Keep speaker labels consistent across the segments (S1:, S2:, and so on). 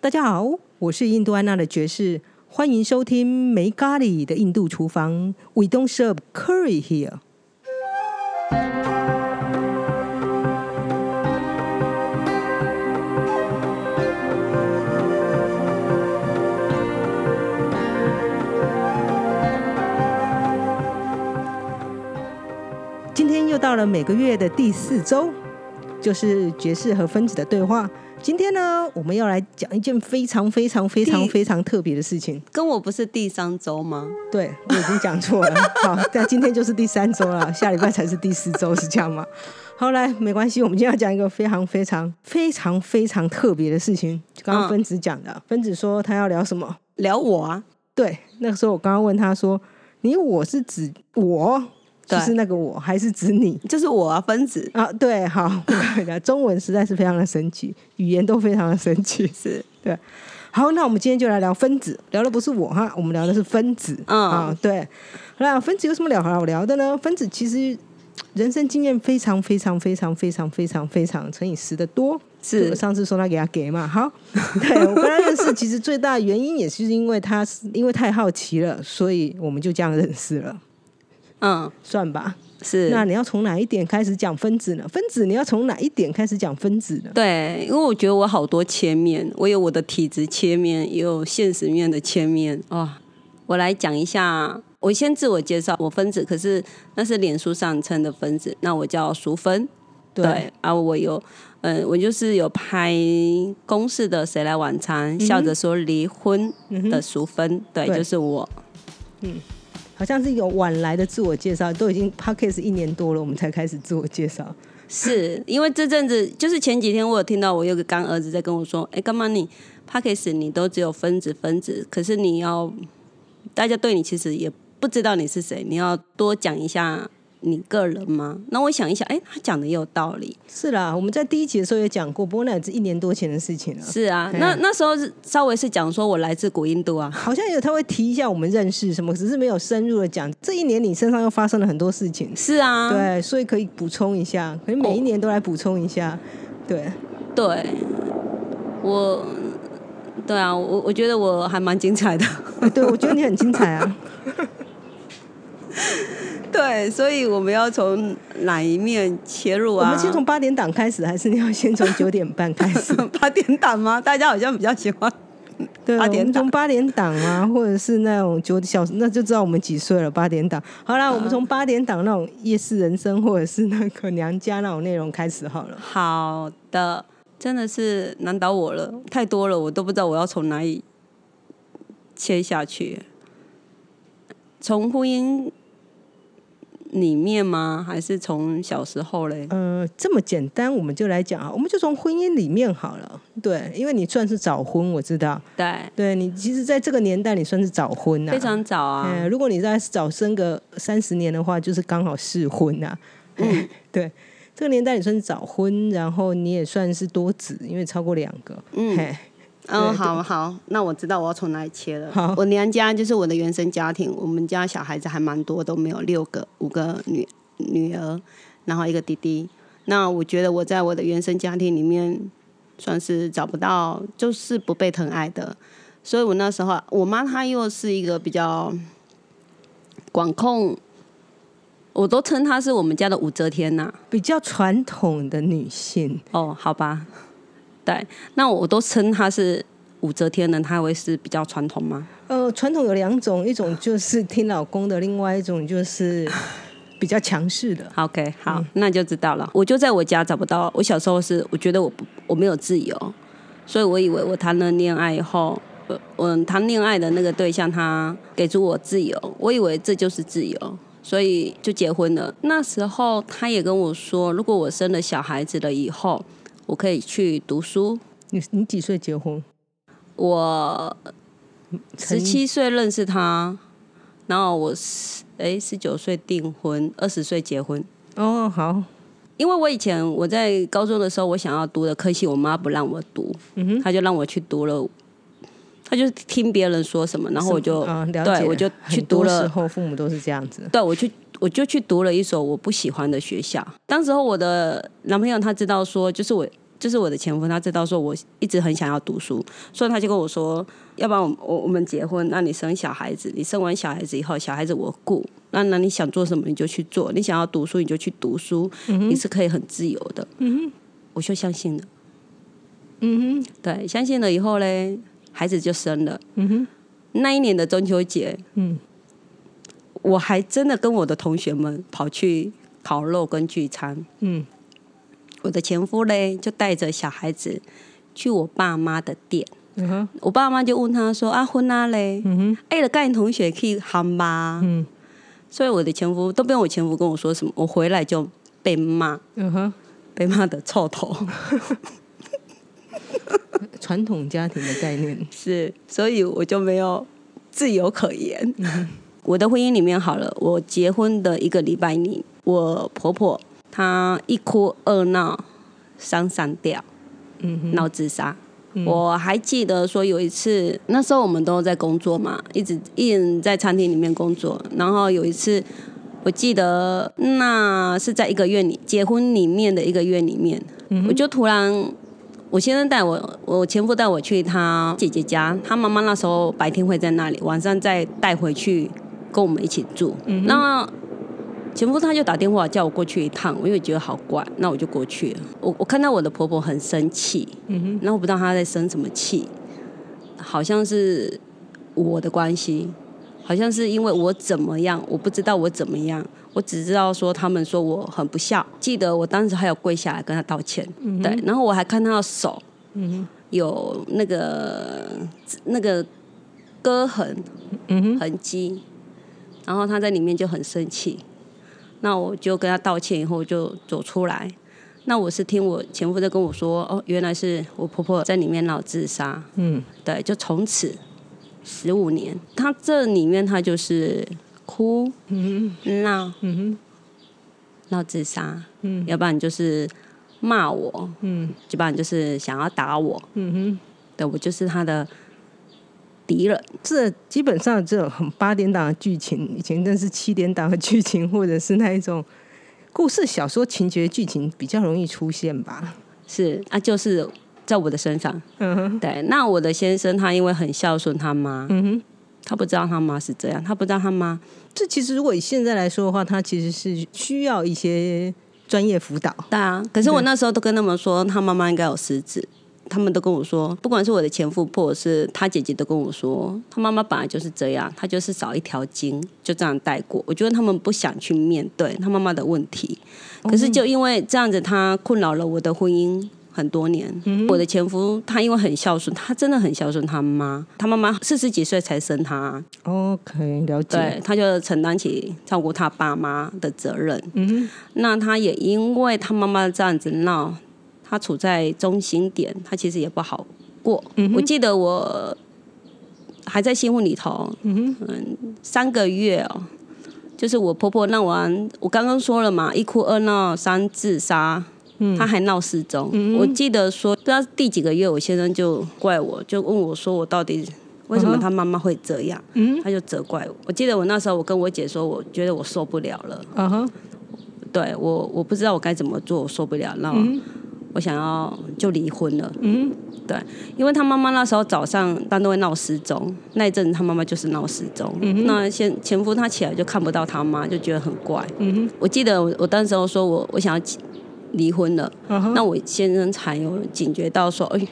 S1: 大家好，我是印度安娜的爵士，欢迎收听没咖喱的印度厨房。We don't serve curry here。今天又到了每个月的第四周，就是爵士和分子的对话。今天呢，我们要来讲一件非常非常非常
S2: 第
S1: 非常特别的事情。
S2: 跟我不是第三周吗？
S1: 对，我已经讲错 了。好，但今天就是第三周了，下礼拜才是第四周，是这样吗？好，来，没关系，我们今天要讲一个非常非常非常非常特别的事情。就刚刚
S2: 嗯
S1: 分子讲的，分子说他要聊什么？
S2: 聊我啊，
S1: 对，那个时候我刚刚问他说：“你我是指我，就
S2: 对
S1: 是那个我，还是指你
S2: 就是我啊，分子？”
S1: 啊，对，好， 我看一下，中文实在是非常的神奇，语言都非常的神奇。
S2: 是
S1: 对，好，那我们今天就来聊分子，聊的不是我哈，我们聊的是分子。
S2: 嗯
S1: 啊，对，那分子有什么聊好聊的呢？分子其实人生经验非常非常非常非常非常非常乘以十的多。
S2: 是
S1: 就我上次说他给他给嘛，好，对我跟他认识，其实最大的原因也是因为他是因为太好奇了，所以我们就这样认识了，
S2: 嗯，
S1: 算吧。
S2: 是
S1: 那你要从哪一点开始讲分子呢？分子你要从哪一点开始讲分子呢？
S2: 对，因为我觉得我好多切面，我有我的体质切面，也有现实面的切面哦。我来讲一下，我先自我介绍，我分子，可是那是脸书上称的分子，那我叫淑芬。
S1: 对
S2: 啊，我有，嗯，我就是有拍公式的《谁来晚餐》笑着说离婚的淑芬，嗯对，
S1: 对
S2: 就是我。
S1: 好像是有晚来的自我介绍，都已经 podcast 一年多了，我们才开始自我介绍。
S2: 是因为这阵子，就是前几天我有听到我有个干儿子在跟我说：“哎、干嘛你 p a c k a g e 你都只有分子分子，可是你要大家对你其实也不知道你是谁，你要多讲一下你个人吗？”那我想一想，哎、他讲的也有道理。
S1: 是啦，我们在第一集的时候也讲过，不过那也是一年多前的事情了。
S2: 是啊，
S1: 对
S2: 那那时候是稍微是讲说我来自古印度啊，
S1: 好像有他会提一下我们认识什么，只是没有深入的讲。这一年你身上又发生了很多事情，
S2: 是啊，
S1: 对，所以可以补充一下，可能每一年都来补充一下。 对，
S2: 对，我。对啊，我我觉得我还蛮精彩的。
S1: 对，我觉得你很精彩啊。
S2: 对，所以我们要从哪一面切入
S1: 我
S2: 啊？
S1: 们先从八点档开始，还是你要先从九点半开始？
S2: 八点档吗？大家好像比较喜欢。
S1: 对，
S2: 八点
S1: 我们
S2: 档
S1: 从八点档啊，或者是那种九小时，那就知道我们几岁了。八点档，好啦，我们从八点档那种夜市人生，或者是那个娘家那种内容开始好了。
S2: 好的，真的是难倒我了，太多了，我都不知道我要从哪里切下去。从婚姻里面吗？还是从小时候嘞？
S1: 呃，这么简单，我们就来讲啊，我们就从婚姻里面好了。对，因为你算是早婚，我知道。
S2: 对，
S1: 对你，其实在这个年代，你算是早婚呐、
S2: 非常早啊。
S1: 呃，如果你再早生个三十年的话，就是刚好适婚呐、嗯， 对，这个年代你算是早婚，然后你也算是多子，因为超过两个。
S2: 嗯
S1: 嘿，
S2: 嗯，
S1: 对
S2: 好好，那我知道我要从哪里切
S1: 好
S2: 了。我娘家就是我的原生家庭，我们家小孩子还蛮多，都没有六个，五个女女儿，然后一个弟弟。那我觉得我在我的原生家庭里面算是找不到，就是不被疼爱的，所以我那时候我妈她又是一个比较管控，我都称她是我们家的武则天呐、
S1: 比较传统的女性，
S2: 哦，好吧，对，那我都称她是武则天呢，她会是比较传统吗？
S1: 呃，传统有两种，一种就是听老公的，另外一种就是 比较强势的。
S2: 好 OK，好，那就知道了。我就在我家找不到，我小时候是我觉得我不我没有自由，所以我以为我谈了恋爱以后，呃我谈恋爱的那个对象他给足我自由，我以为这就是自由。所以就结婚了。那时候他也跟我说，如果我生了小孩子了以后，我可以去读书。
S1: 你你几岁结婚？
S2: 我
S1: 成
S2: 十七岁认识他，然后我十哎十九岁订婚，二十岁结婚。
S1: 哦，好，
S2: 因为我以前我在高中的时候，我想要读的科系，我妈不让我读，她就让我去读了，她就听别人说什么，然后我就、
S1: 啊、了解
S2: 对我就去
S1: 很
S2: 读
S1: 多
S2: 了
S1: 时候父母都是这样子，
S2: 对我去，我就去读了一所我不喜欢的学校。当时候我的男朋友他知道说，就是我就是我的前夫，他知道说我一直很想要读书，所以他就跟我说，要不然我我我们结婚，那你生小孩子，你生完小孩子以后，小孩子我顾，那那你想做什么你就去做，你想要读书你就去读书，你是可以很自由的。嗯我就相信了。嗯哼，对，相信了以后嘞，孩子就生了。嗯哼，那一年的中秋节，嗯，我还真的跟我的同学们跑去烤肉跟聚餐。
S1: 嗯，
S2: 我的前夫嘞就带着小孩子去我爸妈的店，
S1: 嗯哼，
S2: 我爸妈就问他说：“啊，婚啊嘞，
S1: 嗯
S2: 哎、了跟你同学去喊吧。”
S1: 嗯，
S2: 所以我的前夫都不用我前夫跟我说什么，我回来就被骂，
S1: 哼，嗯哼，
S2: 被骂的臭头。
S1: 传统家庭的概念，
S2: 是，所以我就没有自由可言。 我的婚姻里面好了，我结婚的一个礼拜里，我婆婆她一哭二闹三上吊，
S1: 嗯哼，
S2: 闹自杀。我还记得说有一次，那时候我们都在工作嘛，一直一人在餐厅里面工作。然后有一次，我记得那是在一个月里结婚里面的一个月里面，我就突然，我先生带我，我前夫带我去他姐姐家，他妈妈那时候白天会在那里，晚上再带回去跟我们一起住。那前夫他就打电话叫我过去一趟，我因为觉得好怪，那我就过去了。我我看到我的婆婆很生气，嗯然后我不知道她在生什么气，好像是我的关系，好像是因为我怎么样，我不知道我怎么样，我只知道说他们说我很不孝。记得我当时还有跪下来跟她道歉，对，然后我还看她的手，
S1: 嗯
S2: 有那个那个割痕，
S1: 哼，嗯哼，
S2: 痕迹，然后他在里面就很生气。那我就跟他道歉，以后我就走出来。那我是听我前夫在跟我说，哦，原来是我婆婆在里面闹自杀，
S1: 嗯
S2: 对，就从此十五年。他这里面他就是哭、
S1: 嗯
S2: 闹、
S1: 嗯哼，
S2: 闹自杀，
S1: 嗯
S2: 要不然就是骂我，
S1: 嗯
S2: 要不然就是想要打我，
S1: 嗯哼。
S2: 对我就是他的敌人。
S1: 这基本上这种很八点档的剧情，以前真是七点档的剧情，或者是那一种故事小说情节剧情比较容易出现吧。
S2: 是啊，就是在我的身上。
S1: 嗯哼，
S2: 对，那我的先生他因为很孝顺他妈，
S1: 嗯哼，
S2: 他不知道他妈是这样，他不知道他妈
S1: 这其实如果以现在来说的话，它其实是需要一些专业辅导。
S2: 对啊。可是我
S1: 对
S2: 那时候都跟他们说，他妈妈应该有失职。他们都跟我说，不管是我的前夫或者是他姐姐，都跟我说，他妈妈本来就是这样，他就是少一条筋，就这样带过。我觉得他们不想去面对他妈妈的问题，可是就因为这样子，他困扰了我的婚姻很多年。我的前夫他因为很孝顺，他真的很孝顺他妈，他妈妈四十几岁才生他、啊
S1: OK，了解。
S2: 对，他就承担起照顾他爸妈的责任。
S1: 嗯
S2: 那他也因为他妈妈这样子闹，他处在中心点，他其实也不好过。
S1: 嗯
S2: 我记得我还在新婚里头，嗯三个月哦，就是我婆婆闹完，我刚刚说了嘛，一哭二闹三自杀。
S1: 嗯
S2: 她还闹失踪，我记得说不知道第几个月，我先生就怪我，就问我说我到底为什么他妈妈会这样，
S1: 嗯
S2: 他就责怪我。我记得我那时候我跟我姐说，我觉得我受不了了，
S1: 哼，啊哈，
S2: 对我，我不知道我该怎么做，我受不了，那我想要就离婚了。
S1: 嗯
S2: 对，因为他妈妈那时候早上单都会闹失踪，那一阵他妈妈就是闹失踪。
S1: 嗯
S2: 那先前夫他起来就看不到他妈，就觉得很怪。
S1: 嗯
S2: 我记得我我当时候说我我想要离婚了，
S1: 哼，啊哈，
S2: 那我先生才有警觉到说，哎，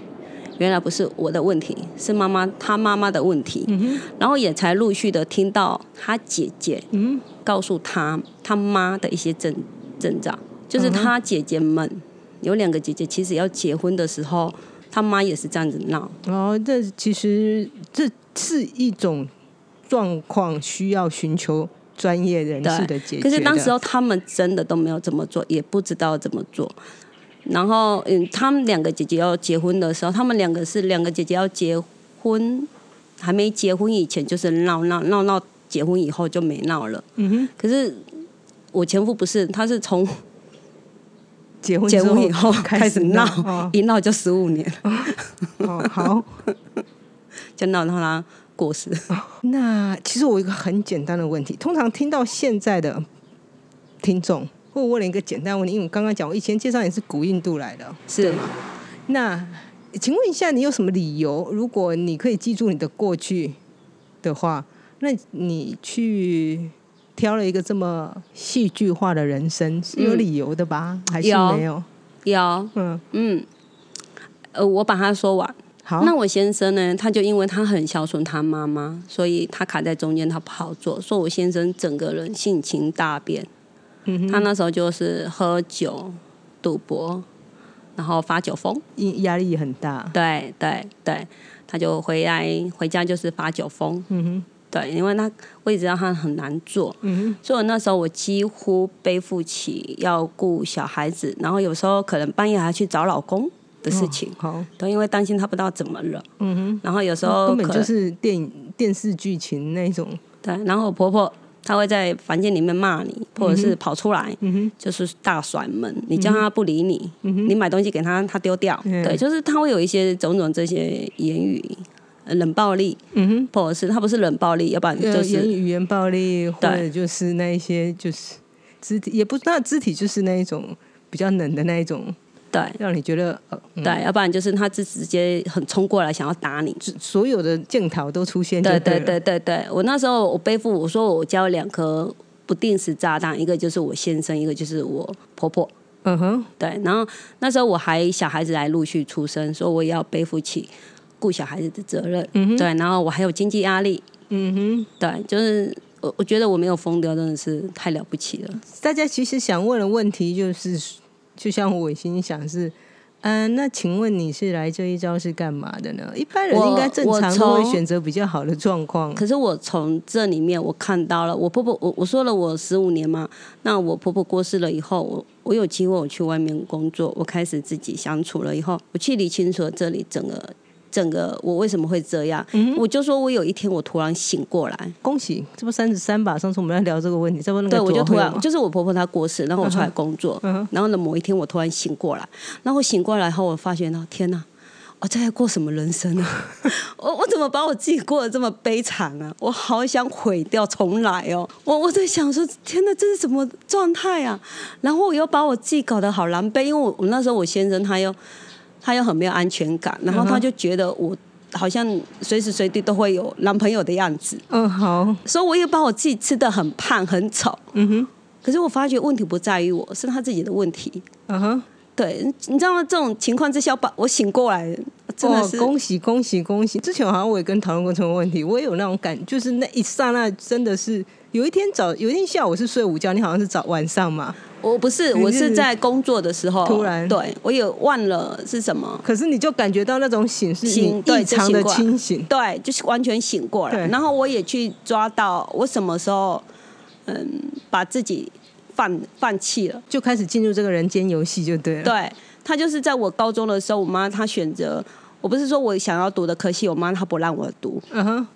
S2: 原来不是我的问题，是妈妈他妈妈的问题。
S1: 嗯
S2: 然后也才陆续的听到他姐姐
S1: 嗯
S2: 告诉他他妈的一些征征兆，
S1: 嗯
S2: 就是他姐姐们、有两个姐姐，其实要结婚的时候，他妈也是这样子闹。
S1: 哦，这其实这是一种状况，需要寻求专业人士的解决的。
S2: 可是当时候他们真的都没有这么做，也不知道怎么做。然后，嗯，他们两个姐姐要结婚的时候，他们两个是两个姐姐要结婚，还没结婚以前就是闹闹闹闹，结婚以后就没闹了。
S1: 嗯哼，
S2: 可是我前夫不是，他是从
S1: 结婚
S2: 结
S1: 之
S2: 婚以后
S1: 开
S2: 开始闹，
S1: 哦
S2: 一闹就十五年，
S1: 哦，好，
S2: 就闹到他过世。
S1: 那其实我有一个很简单的问题，通常听到现在的听众会问了一个简单的问题，因为我刚刚讲，我以前介绍你是古印度来的，哦
S2: 是，
S1: 那请问一下，你有什么理由？如果你可以记住你的过去的话，那你去挑了一个这么戏剧化的人生，是有理由的吧？还是
S2: 嗯有
S1: 没有？
S2: 有，
S1: 嗯，
S2: 嗯，呃，我把它说完。
S1: 好，
S2: 那我先生呢，他就因为他很孝顺他妈妈，所以他卡在中间，他不好做。所以我先生整个人性情大变，
S1: 嗯
S2: 他那时候就是喝酒、赌博，然后发酒疯。
S1: 压力很大。
S2: 对对对，他就回来回家就是发酒疯。
S1: 嗯哼，
S2: 对，因为他我也知道他很难做，
S1: 嗯
S2: 所以我那时候我几乎背负起要顾小孩子，然后有时候可能半夜还要去找老公的事情，
S1: 好，
S2: 对，因为担心他不知道怎么了。
S1: 哦嗯
S2: 然后有时
S1: 哼，
S2: 候
S1: 根
S2: 可
S1: 本就是电影电视剧情那种。
S2: 对，然后我婆婆她会在房间里面骂你，或者是跑出来，
S1: 嗯哼，
S2: 就是大甩门，你叫她不理你，你买东西给她，她丢掉，
S1: 嗯
S2: 对，就是她会有一些种种这些言语。呃冷暴力，
S1: 嗯哼。
S2: 或者是她不是冷暴力，要不然就
S1: 呃言
S2: 是
S1: 语言暴力，或者
S2: 对
S1: 就是那一些就是肢体，也不那肢体就是那一种比较冷的那一种，
S2: 对
S1: 让你觉得呃，嗯
S2: 对，要不然就是她是直接很冲过来想要打你，
S1: 所有的镜头都出现就
S2: 对
S1: 对
S2: 对
S1: 了
S2: 对对对，我那时候我背负我说我交了两颗不定时炸弹，一个就是我先生，一个就是我婆婆。
S1: 嗯哼，
S2: 对，然后那时候我还小孩子还陆续出生，所以我也要背负起顾小孩子的责任。
S1: 嗯哼，
S2: 对，然后我还有经济压力。
S1: 嗯
S2: 对，就是我我觉得我没有疯掉，真的是太了不起了。
S1: 哼，大家其实想问的问题就是，就像我心想是。嗯，那请问你是来这一招是干嘛的呢？一般人
S2: 我
S1: 应该正常
S2: 我
S1: 都会
S2: 从
S1: 选择比较好的状况。
S2: 可是我从这里面我看到了，我婆婆，我我说了我十五年嘛，那我婆婆过世了以后，我我有机会我去外面工作，我开始自己相处了以后，我去理清楚了这里整个整个我为什么会这样，我就说我有一天我突然醒过来，
S1: 恭喜，这不三十三吧？上次我们在聊这个问题，这不那个
S2: 对，我就突
S1: 会
S2: 然
S1: 吗嗯
S2: 就是我婆婆她过世，然后我出来工作，然后呢某一天我突然醒过来，然后我醒过来后，我发觉到天哪，我在过什么人生啊？ 我我怎么把我自己过得这么悲惨啊？我好想毁掉重来哦！我我在想说，天哪，这是什么状态啊？然后我又把我自己搞得好狼狈，因为我我那时候我先生他又他又很没有安全感，然后
S1: 嗯
S2: 他就觉得我。好像随时随地都会有男朋友的样子，
S1: 嗯好，
S2: 所以我也把我自己吃的很胖很丑，
S1: 嗯哼，
S2: 可是我发觉问题不在于我，是他自己的问题。
S1: 嗯哼。
S2: 对，你知道吗？这种情况之下，把我醒过来，真的
S1: 哦
S2: 是、
S1: 恭喜恭喜恭喜！之前好像我也跟讨论过这个问题，我也有那种感，就是那一刹那真的是有一天早，有一天下午是睡午觉，你好像是早晚上嘛，
S2: 我不是，
S1: 你
S2: 我
S1: 是
S2: 是在工作的时候，
S1: 突然
S2: 对我也忘了是什么。
S1: 可是你就感觉到那种醒是
S2: 醒
S1: 你
S2: 对
S1: 异常的
S2: 就醒过来
S1: 清醒，
S2: 对，就是完全醒过来，
S1: 对
S2: 然后我也去抓到我什么时候，嗯，把自己放放弃了。
S1: 就开始进入这个人间游戏就对了。
S2: 对他就是在我高中的时候，我妈她选择，我不是说我想要读的科系，我妈她不让我读，
S1: 嗯哼，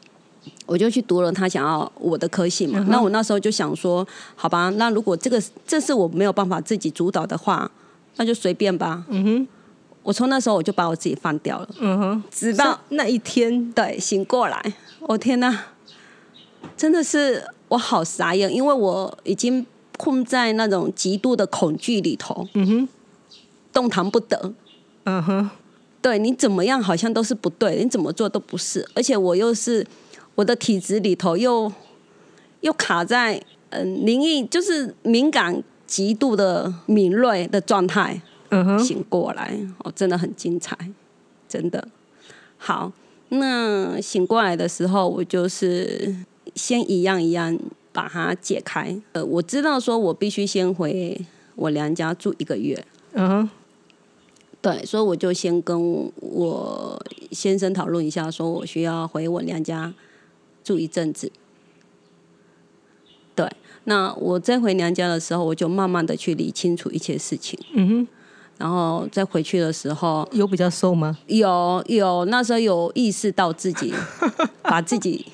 S2: 我就去读了他想要我的科系嘛。
S1: 嗯哼
S2: 那我那时候就想说，好吧，那如果这个这是我没有办法自己主导的话，那就随便吧。
S1: 嗯哼，
S2: 我从那时候我就把我自己放掉了，
S1: 嗯哼，
S2: 直
S1: 那
S2: 到
S1: 那一天，
S2: 对醒过来，我、天哪，真的是我好傻眼，因为我已经困在那种极度的恐惧里头，
S1: 嗯哼，
S2: 动弹不得。
S1: 嗯哼，
S2: 对你怎么样好像都是不对，你怎么做都不是，而且我又是我的体质里头又又卡在嗯灵异，就是敏感极度的敏锐的状态，
S1: 嗯哼，
S2: 醒过来哦，真的很精彩，真的好。那醒过来的时候，我就是先一样一样把它解开。呃，我知道说我必须先回我娘家住一个月，
S1: 嗯哼，
S2: 对，所以我就先跟我先生讨论一下，说我需要回我娘家住一阵子。对，那我再回娘家的时候，我就慢慢的去理清楚一切事情，
S1: 嗯哼，
S2: 然后再回去的时候，
S1: 有比较瘦吗？
S2: 有有那时候有意识到自己把自己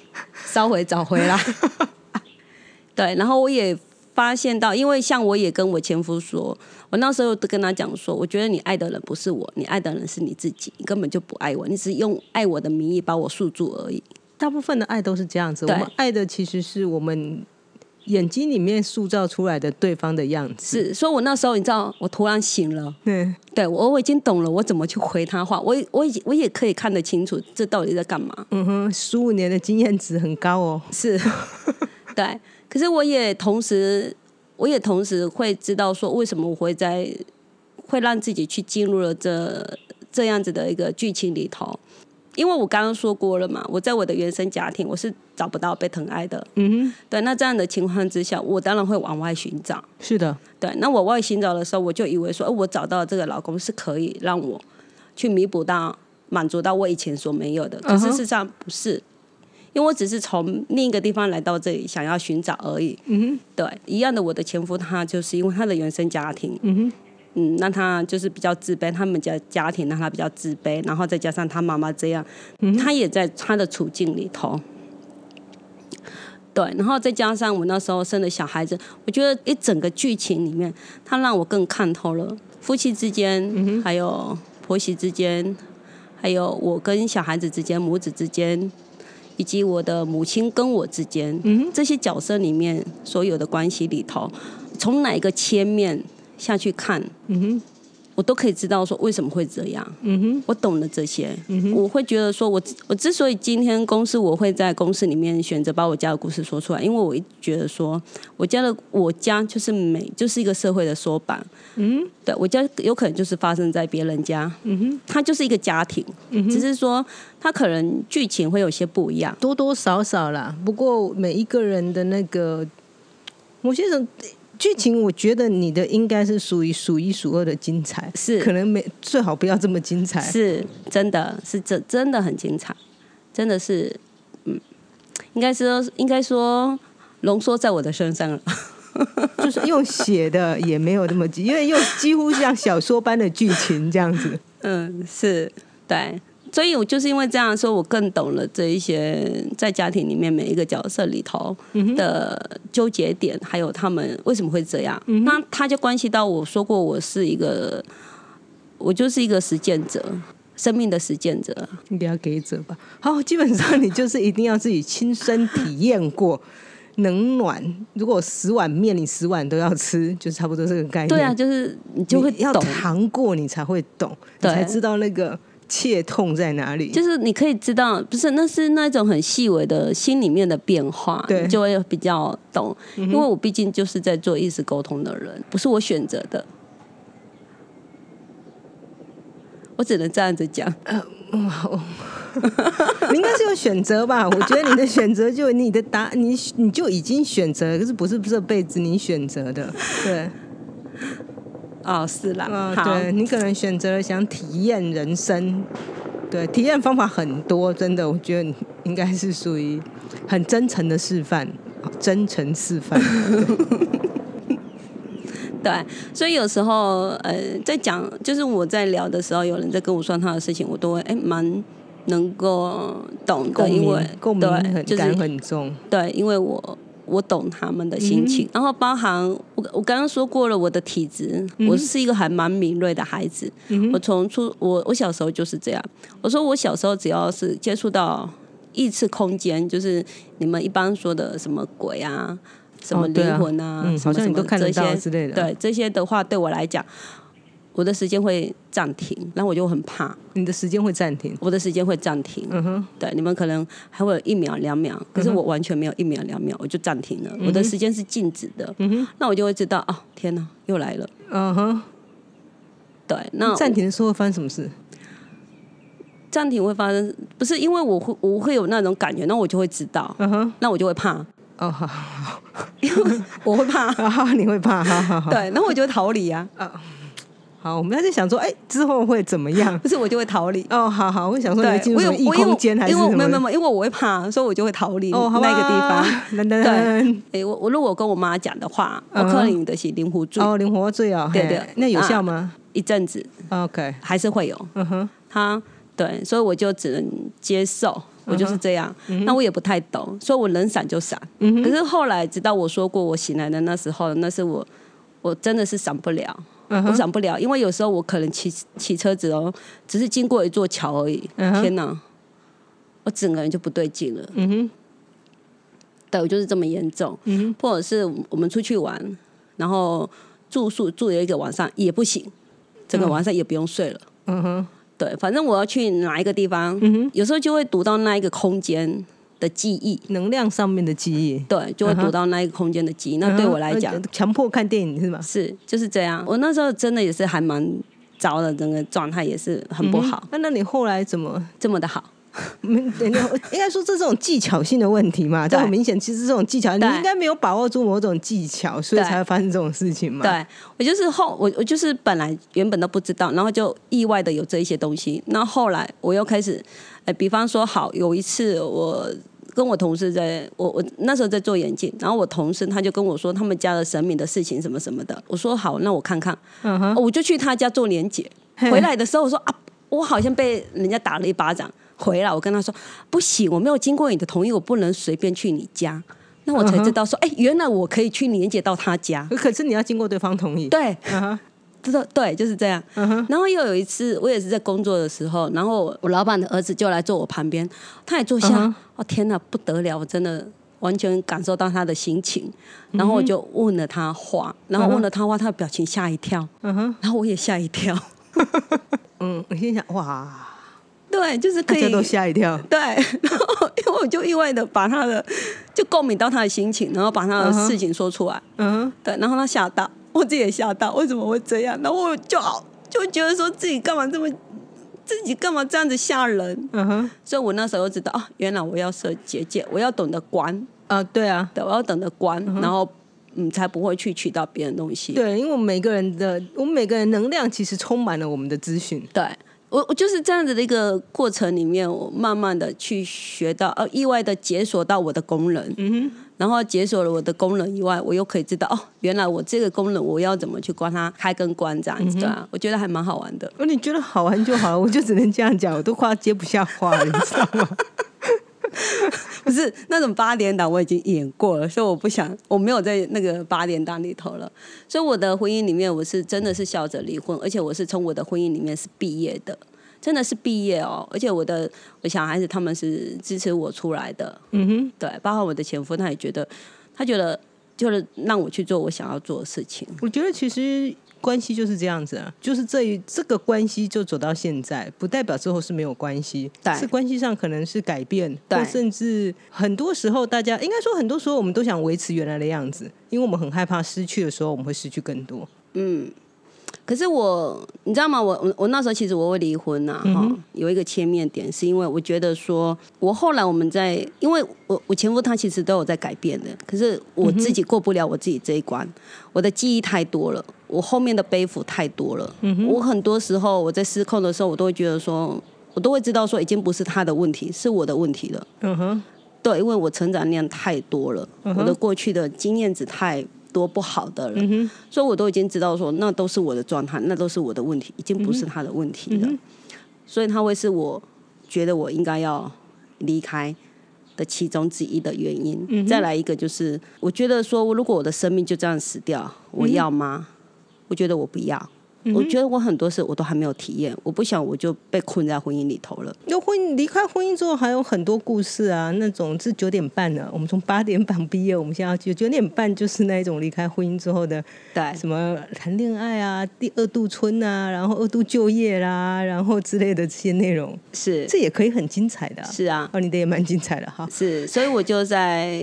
S2: 稍微找回来，对，然后我也发现到，因为像我也跟我前夫说，我那时候都跟他讲说，我觉得你爱的人不是我，你爱的人是你自己，你根本就不爱我，你只是用爱我的名义把我束住而已。
S1: 大部分的爱都是这样子，我
S2: 对
S1: 们爱的其实是我们眼睛里面塑造出来的对方的样子。
S2: 是，所以我那时候你知道，我突然醒了，
S1: 嗯，
S2: 对我我已经懂了，我怎么去回他话，我也我也我也可以看得清楚这到底在干嘛。
S1: 嗯哼，十五年的经验值很高哦。
S2: 是，对。可是我也同时，我也同时会知道说，为什么我会在会让自己去进入了这这样子的一个剧情里头。因为我刚刚说过了嘛，我在我的原生家庭我是找不到被疼爱的，
S1: 嗯哼，
S2: 对。那这样的情况之下，我当然会往外寻找，
S1: 是的，
S2: 对。那我往外寻找的时候，我就以为说，哎、我找到这个老公是可以让我去弥补到、满足到我以前所没有的。可
S1: 嗯
S2: 是
S1: 哼
S2: 事实上不是，因为我只是从另一个地方来到这里，想要寻找而已。
S1: 嗯
S2: 对，一样的，我的前夫他就是因为他的原生家庭
S1: 哼，，嗯
S2: 嗯，那他就是比较自卑，他们家家庭让他比较自卑，然后再加上他妈妈这样，
S1: 嗯
S2: 他也在他的处境里头。对，然后再加上我那时候生了小孩子，我觉得一整个剧情里面，他让我更看透了夫妻之间，还有婆媳之间，还有我跟小孩子之间、母子之间，以及我的母亲跟我之间，
S1: 嗯
S2: 这些角色里面所有的关系里头，从哪一个切面下去看，
S1: 哼，嗯哼，
S2: 我都可以知道说为什么会这样。
S1: 嗯哼，
S2: 我懂了这些，
S1: 嗯
S2: 我会觉得说我，我之所以今天公司我会在公司里面选择把我家的故事说出来，因为我一直觉得说，我家的我家就是美，就是一个社会的缩版。
S1: 嗯，
S2: 对我家有可能就是发生在别人家，
S1: 嗯哼，嗯
S2: 它就是一个家庭，只是说它可能剧情会有些不一样。
S1: 多多少少啦。不过每一个人的那个某些人剧情，我觉得你的应该是属于数一数二的精彩，
S2: 是
S1: 可能没最好不要这么精彩。
S2: 是真的是真真的很精彩，真的是，嗯，应该说应该说浓缩在我的身上了。
S1: 就是用写的也没有那么 急，因为又几乎像小说般的剧情这样子。
S2: 嗯，是对，所以我就是因为这样说，我更懂了这一些在家庭里面每一个角色里头的纠结点，还有他们为什么会这样。那他就关系到我说过，我是一个，我就是一个实践者，生命的实践者。
S1: 你了解者吧？好，基本上你就是一定要自己亲身体验过。冷暖，如果十碗面你十碗都要吃，就差不多这个概念。
S2: 对啊，就是你就会
S1: 你要
S2: 懂。
S1: 尝过你才会懂，你
S2: 对
S1: 才知道那个切痛在哪里。
S2: 就是你可以知道，不是那是那种很细微的心里面的变化，
S1: 对嗯
S2: 你就会比较懂。因为我毕竟就是在做意识沟通的人，不是我选择的，我只能这样子讲。
S1: 你应该是有选择吧？ 我觉得你的选择就你的答，你你就已经选择了，可是不是这辈子你选择的， 对。
S2: 哦，是啦，
S1: 啊，
S2: 好，
S1: 对你可能选择了想体验人生，对，体验方法很多，真的，我觉得你应该是属于很真诚的示范，真诚示 范。
S2: 对，所以有时候呃，在讲就是我在聊的时候，有人在跟我说他的事情，我都会哎蛮能够懂的，
S1: 共
S2: 因为
S1: 鸣，共鸣很
S2: 对，就是
S1: 感很重，
S2: 对，因为我我懂他们的心
S1: 嗯
S2: 情，然后包含我我刚刚说过了，我的体质，
S1: 嗯
S2: 我是一个还蛮敏锐的孩子。我从出我我小时候就是这样，我说我小时候只要是接触到异次空间，就是你们一般说的什么鬼啊。什么
S1: 哦对啊
S2: 灵魂啊，
S1: 嗯
S2: 什
S1: 好像
S2: 么什
S1: 你
S2: 么
S1: 都看得
S2: 这
S1: 到
S2: 些
S1: 之类的
S2: 对这些的话，对我来讲，我的时间会暂停，然后我就很怕，
S1: 你的时间会暂停。
S2: 我的时间会暂停。
S1: 嗯哼，
S2: 对，你们可能还会有一秒两秒，
S1: 嗯
S2: 可是我完全没有一秒两秒，我就暂停了，我的时间是静止的，那我就会知道哦，天哪，又来了。
S1: 嗯哼，
S2: 对，那
S1: 暂停的时候会发生什么事？
S2: 暂停会发生，不是因为我会我会有那种感觉，那我就会知道，
S1: 嗯哼，
S2: 那我就会怕，
S1: 哦，好 好
S2: 我会 怕，
S1: 好，好你会怕，好 好好。
S2: 对，那我就会逃离啊，
S1: 好，我们要在想说，哎，之后会怎么样？
S2: 不是我就会逃 离。
S1: 哦，好好，我想说你会
S2: 对，
S1: 进入
S2: 我
S1: 什
S2: 有
S1: 么异
S2: 我因为
S1: 空间还是
S2: 因
S1: 什
S2: 为我
S1: 么的？
S2: 没有没有，没有因为我会怕，所以我就会逃离
S1: 哦，好吧
S2: 那个地方。，
S1: 噔噔 噔，
S2: 诶，我我如果我跟我妈讲的话，我
S1: 嗯哼
S2: 可能的是灵狐住
S1: 哦，灵活罪哦，
S2: 对
S1: 嘿
S2: 对
S1: 那有
S2: 啊
S1: 效吗哦
S2: 一阵子，
S1: ？OK，
S2: 还是会有。
S1: 啊嗯哼，
S2: 他对，所以我就只能接受，我就是这样。那我也不太懂，所以我能闪就闪。
S1: 嗯
S2: 可是后来，直到我说过我醒来的那时候，那是我我真的是闪不了，
S1: 嗯
S2: 我
S1: 哼，
S2: 闪不了，因为有时候我可能骑骑车子哦，只是经过一座桥而已。
S1: 嗯哼
S2: 天哪，我整个人就不对劲了。
S1: 嗯哼，
S2: 对，就是这么严重。嗯，或者是我们出去玩，然后住宿住了一个晚上也不行，整个晚上也不用睡了。
S1: 嗯哼，
S2: 对，反正我要去哪一个地方，
S1: 嗯
S2: 有时候就会读到那一个空间的记忆，
S1: 能量上面的记忆。
S2: 对，就会读到那一个空间的记忆。那对我来讲
S1: 嗯嗯，哼，强迫看电影是吗？
S2: 是就是这样。我那时候真的也是还蛮糟的，整个状态也是很不好，
S1: 嗯那、那你后来怎么？
S2: 这么的好。
S1: 没人家嗯应该说这是种技巧性的问题嘛，这
S2: 对
S1: 很明显。其实这种技巧，你
S2: 对
S1: 应该没有把握住某种技巧，所以
S2: 对
S1: 才会发生这种事情嘛。
S2: 对我就是后我我就是本来原本都不知道，然后就意外的有这一些东西。那后来我又开始，呃，比方说好有一次我跟我同事在我我那时候在做眼镜，然后我同事他就跟我说他们家的神明的事情什么什么的，我说好，那我看看，
S1: 嗯哼，
S2: 哦我就去他家做年检。回来的时候我说啊，我好像被人家打了一巴掌。回来我跟他说不行，我没有经过你的同意，我不能随便去你家。那我才知道说，哎、原来我可以去年检到他家。
S1: 可是你要经过对方同意。
S2: 对，
S1: 嗯哼，
S2: 知道对，就是这样。
S1: 嗯哼，
S2: 然后又有一次，我也是在工作的时候，然后我老板的儿子就来坐我旁边，他也坐下。
S1: 嗯哼
S2: 哦天哪，不得了！我真的完全感受到他的心
S1: 嗯
S2: 情。然后我就问了他话，然后问了他话，他的表情吓一跳，
S1: 嗯哼，
S2: 然后我也吓一跳。
S1: 嗯，我心想哇，
S2: 对，就是
S1: 大
S2: 可
S1: 家
S2: 以
S1: 都吓一跳。
S2: 对， 然后因为我就意外的把他的就共鸣到他的心情，然后把他的
S1: 嗯哼
S2: 事情说出来。
S1: 嗯哼，
S2: 对，然后他吓到，我自己也吓到，为什么会这样？然后我就好就觉得说自己干嘛这么，自己干嘛这样子吓人？
S1: 嗯哼，
S2: 所以我那时候就知道啊，原来我要设结界，我要懂得关，
S1: 啊，对啊，
S2: 呃对，我要懂得关，然后嗯，才不会去取到别人东西。
S1: 对，因为我们每个人的，我们每个人能量其实充满了我们的资讯。
S2: 对我我就是这样子的一个过程里面，我慢慢的去学到，呃，意外的解锁到我的功能，
S1: 嗯哼，
S2: 然后解锁了我的功能以外，我又可以知道哦，原来我这个功能我要怎么去关它开跟关这
S1: 嗯
S2: 样子，对啊，我觉得还蛮好玩的。
S1: 哦，你觉得好玩就好了，我就只能这样讲，我都快要接不下话了，你知道吗？
S2: 不是那种八点档我已经演过了，所以我不想，我没有在那个八点档里头了。所以我的婚姻里面，我是真的是笑着离婚，而且我是从我的婚姻里面是毕业的，真的是毕业哦。而且我的我小孩子他们是支持我出来的，
S1: 嗯哼，
S2: 对，包括我的前夫，他也觉得，他觉得就是让我去做我想要做的事情。
S1: 我觉得其实。关系就是这样子啊，就是这一这个关系就走到现在，不代表之后是没有关系，
S2: 对
S1: 是关系上可能是改变，
S2: 对
S1: 或甚至很多时候大家应该说很多时候我们都想维持原来的样子，因为我们很害怕失去的时候我们会失去更多。
S2: 可是我，你知道吗？我我我那时候其实我会离婚呐、哈、有一个切面点，是因为我觉得说，我后来我们在，因为我我前夫他其实都有在改变的，可是我自己过不了我自己这一关，我的记忆太多了，我后面的背负太多了，我很多时候我在失控的时候，我都会觉得说，我都会知道说，已经不是他的问题，是我的问题了。
S1: 嗯哼，
S2: 对，因为我成长量太多了，我的过去的经验值太多不好的了，所以我都已经知道说那都是我的状态，那都是我的问题，已经不是他的问题了，所以他会是我觉得我应该要离开的其中之一的原因。再来一个就是，我觉得说如果我的生命就这样死掉，我要吗？我觉得我不要。我觉得我很多事我都还没有体验，我不想我就被困在婚姻里头了。
S1: 那婚离开婚姻之后，还有很多故事啊。那种是九点半了，我们从八点半毕业，我们现在要去九点半，就是那一种离开婚姻之后的
S2: 对，
S1: 什么谈恋爱啊、第二度春啊，然后二度就业啦、然后之类的这些内容，
S2: 是
S1: 这也可以很精彩的啊、
S2: 是啊，
S1: 哦，你的也蛮精彩的哈。
S2: 是，所以我就在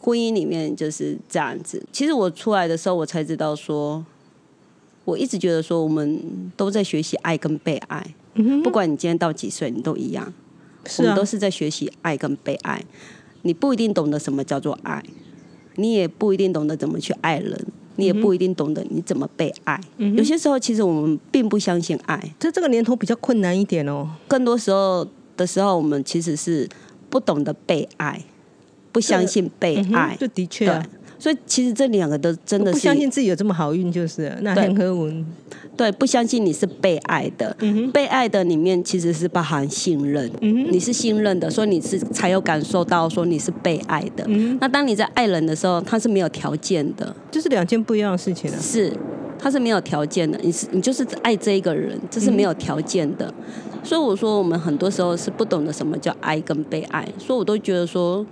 S2: 婚姻里面就是这样子。其实我出来的时候，我才知道说，我一直觉得说，我们都在学习爱跟被爱，不管你今天到几岁，你都一样，我
S1: 嗯是
S2: 们
S1: 啊
S2: 都，是在学习爱跟被爱。你不一定懂得什么叫做爱，你也不一定懂得怎么去爱人，你
S1: 嗯
S2: 也不一定懂得你怎么被爱。有些时候，其实我们并不相信爱，
S1: 在这个年头比较困难一点哦。
S2: 更多时候的时候，我们其实是不懂得被爱，不相信被
S1: 嗯哼
S2: 爱。
S1: 这的确、啊，
S2: 所以其实这两个都真的
S1: 不
S2: 是
S1: 相信自己有这么好运就是了。那
S2: 对
S1: 很和文，
S2: 对，不相信你是被爱的，
S1: 嗯
S2: 被爱的里面其实是包含信任，你是信任的，所以你是才有感受到说你是被爱的。
S1: 嗯
S2: 那当你在爱人的时候，他是没有条件的，
S1: 这是两件不一样的事情啊。
S2: 是，他是没有条件的，你是你就是爱这一个人，这是没有条件的。所以我说，我们很多时候是不懂得什么叫爱跟被爱，所以我都觉得说，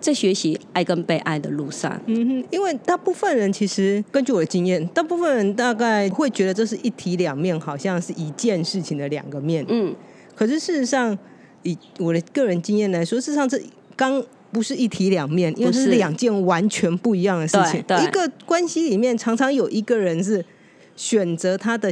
S2: 在学习爱跟被爱的路上。
S1: 嗯哼，因为大部分人其实根据我的经验，大部分人大概会觉得这是一体两面，好像是一件事情的两个面。
S2: 嗯，
S1: 可是事实上，以我的个人经验来说，事实上这刚不是一体两面，因为
S2: 不是
S1: 是两件完全不一样的事情。
S2: 对
S1: 一
S2: 对
S1: 个关系里面，常常有一个人是选择他的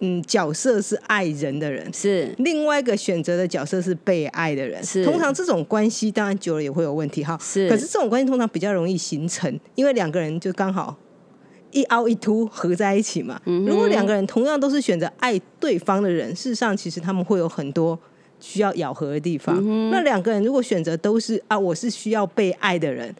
S1: 嗯角色是爱人的人。
S2: 是
S1: 另外一个选择的角色是被爱的人，
S2: 是
S1: 通常这种关系当然久了也会有问题哈。
S2: 是
S1: 可是这种关系通常比较容易形成，因为两个人就刚好一凹一凸合在一起嘛。
S2: 嗯
S1: 如果两个人同样都是选择爱对方的人，事实上其实他们会有很多需要咬合的地
S2: 嗯
S1: 方。那两个人如果选择都是啊，我是需要被爱的人。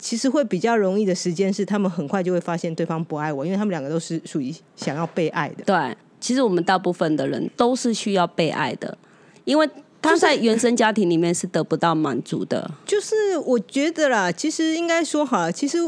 S1: 其实会比较容易的时间是，他们很快就会发现对方不爱我，因为他们两个都是属于想要被爱的。
S2: 对，其实我们大部分的人都是需要被爱的，因为他在原生家庭里面是得不到满足的。
S1: 就是我觉得啦，其实应该说好了，其实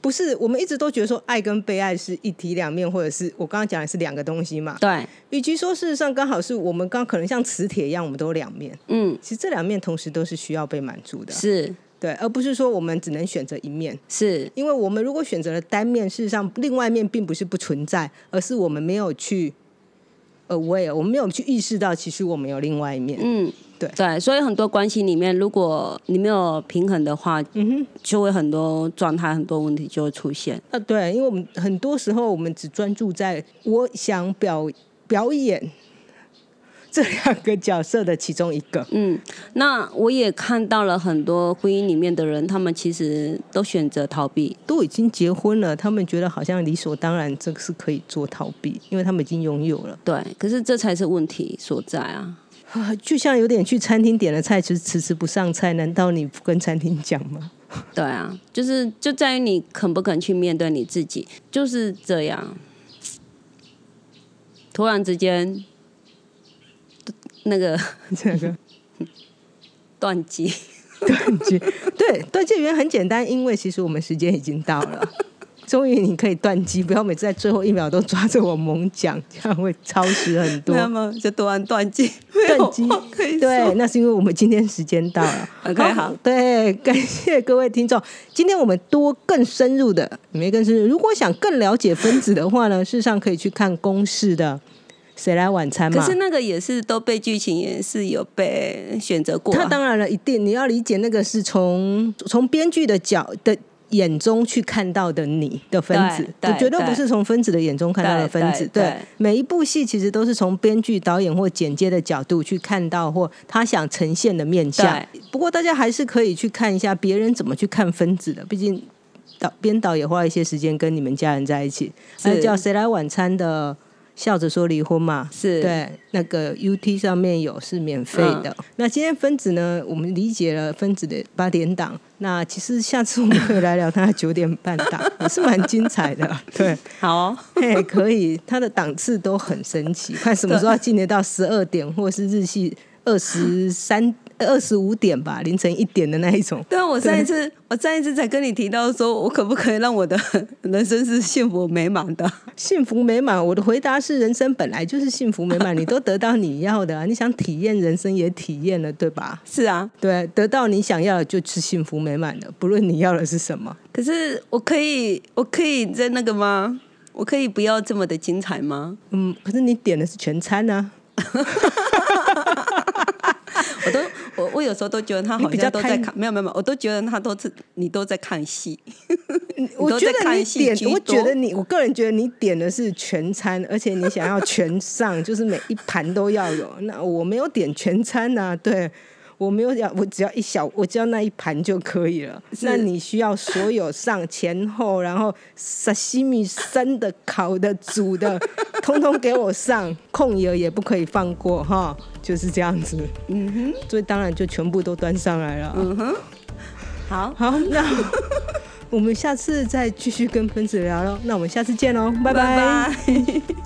S1: 不是我们一直都觉得说爱跟被爱是一体两面，或者是我刚刚讲的是两个东西嘛。
S2: 对，
S1: 与其说事实上刚好是我们刚可能像磁铁一样，我们都有两面，
S2: 嗯，
S1: 其实这两面同时都是需要被满足的，
S2: 是
S1: 对，啊而不是说我们只能选择一面。
S2: 是，
S1: 因为我们如果选择了单面，事实上另外一面并不是不存在，而是我们没有去呃 aware，我们没有去意识到，其实我们有另外一面。
S2: 嗯，
S1: 对
S2: 对，所以很多关系里面，如果你没有平衡的话，
S1: 嗯哼。
S2: 就会很多状态、很多问题就会出现。
S1: 啊，对，因为我们很多时候我们只专注在我想表表演这两个角色的其中一个，
S2: 嗯，那我也看到了很多婚姻里面的人，他们其实都选择逃避。
S1: 都已经结婚了，他们觉得好像理所当然，这个是可以做逃避，因为他们已经拥有了。
S2: 对，可是这才是问题所在啊！
S1: 啊，就像有点去餐厅点了菜，迟迟迟不上菜，难道你不跟餐厅讲吗？
S2: 对啊，就是就在于你肯不肯去面对你自己，就是这样。突然之间，那个
S1: 这个
S2: 断机，
S1: 断句，对，断句原因很简单，因为其实我们时间已经到了。终于你可以断机，不要每次在最后一秒都抓着我猛讲，这样会超时很多。
S2: 么就突然断机，
S1: 断机
S2: 可以
S1: 对，那是因为我们今天时间到 了。
S2: OK，好
S1: 对， 感谢各位听众。今天我们多更深入的，没更深入。如果想更了解分子的话呢，事实上可以去看公式的《谁来晚餐》
S2: 可
S1: 嘛。
S2: 是那个也是都被剧情也是有被选择过、啊，
S1: 他当然了，一定你要理解那个是从从编剧的角的眼中去看到的你的分子，
S2: 对
S1: 就
S2: 对
S1: 绝对
S2: 对
S1: 不是从分子的眼中看到的分子。
S2: 对对
S1: 对
S2: 对
S1: 每一部戏其实都是从编剧、导演或剪接的角度去看到或他想呈现的面相。不过大家还是可以去看一下别人怎么去看分子的，毕竟。导编导也花了一些时间跟你们家人在一起，还有
S2: 是
S1: 叫《谁来晚餐》的笑着说离婚嘛，
S2: 是
S1: 对，嗯那个 UT 上面有是免费的。那今天分子呢，我们理解了分子的八点档。那其实下次我们可以来聊他的九点半 档，也是蛮精彩的。对，
S2: 好哦、
S1: 嘿，可以，他的档次都很神奇。看什么时候要进得到十二点，或是日系二十三、二十五点吧，凌晨一点的那一种。
S2: 对啊，我上一
S1: 对
S2: 次，我上一次才跟你提到说，我可不可以让我的 人生是幸福美满的？
S1: 幸福美满，我的回答是：人生本来就是幸福美满，你都得到你要的啊、你想体验人生也体验了，对吧？
S2: 是啊，
S1: 对，得到你想要的就是幸福美满的，不论你要的是什么。
S2: 可是我可以，我可以在那个吗？我可以不要这么的精彩吗？
S1: 嗯，可是你点的是全餐啊，
S2: 我都，我我有时候都觉得他
S1: 你
S2: 好
S1: 比较
S2: 像都在
S1: 贪
S2: 看，没有没有没有，我都觉得他都是你都在看戏，
S1: 我
S2: 都
S1: 觉
S2: 在
S1: 得
S2: 看
S1: 你
S2: 戏居
S1: 点，我觉
S2: 多
S1: 得你，我个人觉得你点的是全餐，而且你想要全 上，就是每一盘都要有。那我没有点全餐呐、对我没有要，我只要一小，我只要那一盘就可以了。那你需要所有上前后，然后沙西米生的、烤的、煮的，通通给我上，空油也不可以放过哈，就是这样子。嗯哼，所以当然就全部都端上来了。
S2: 嗯哼，好，
S1: 好，那 我们下次再继续跟分子聊喽。那我们下次见喽，拜
S2: 拜
S1: 拜
S2: 拜。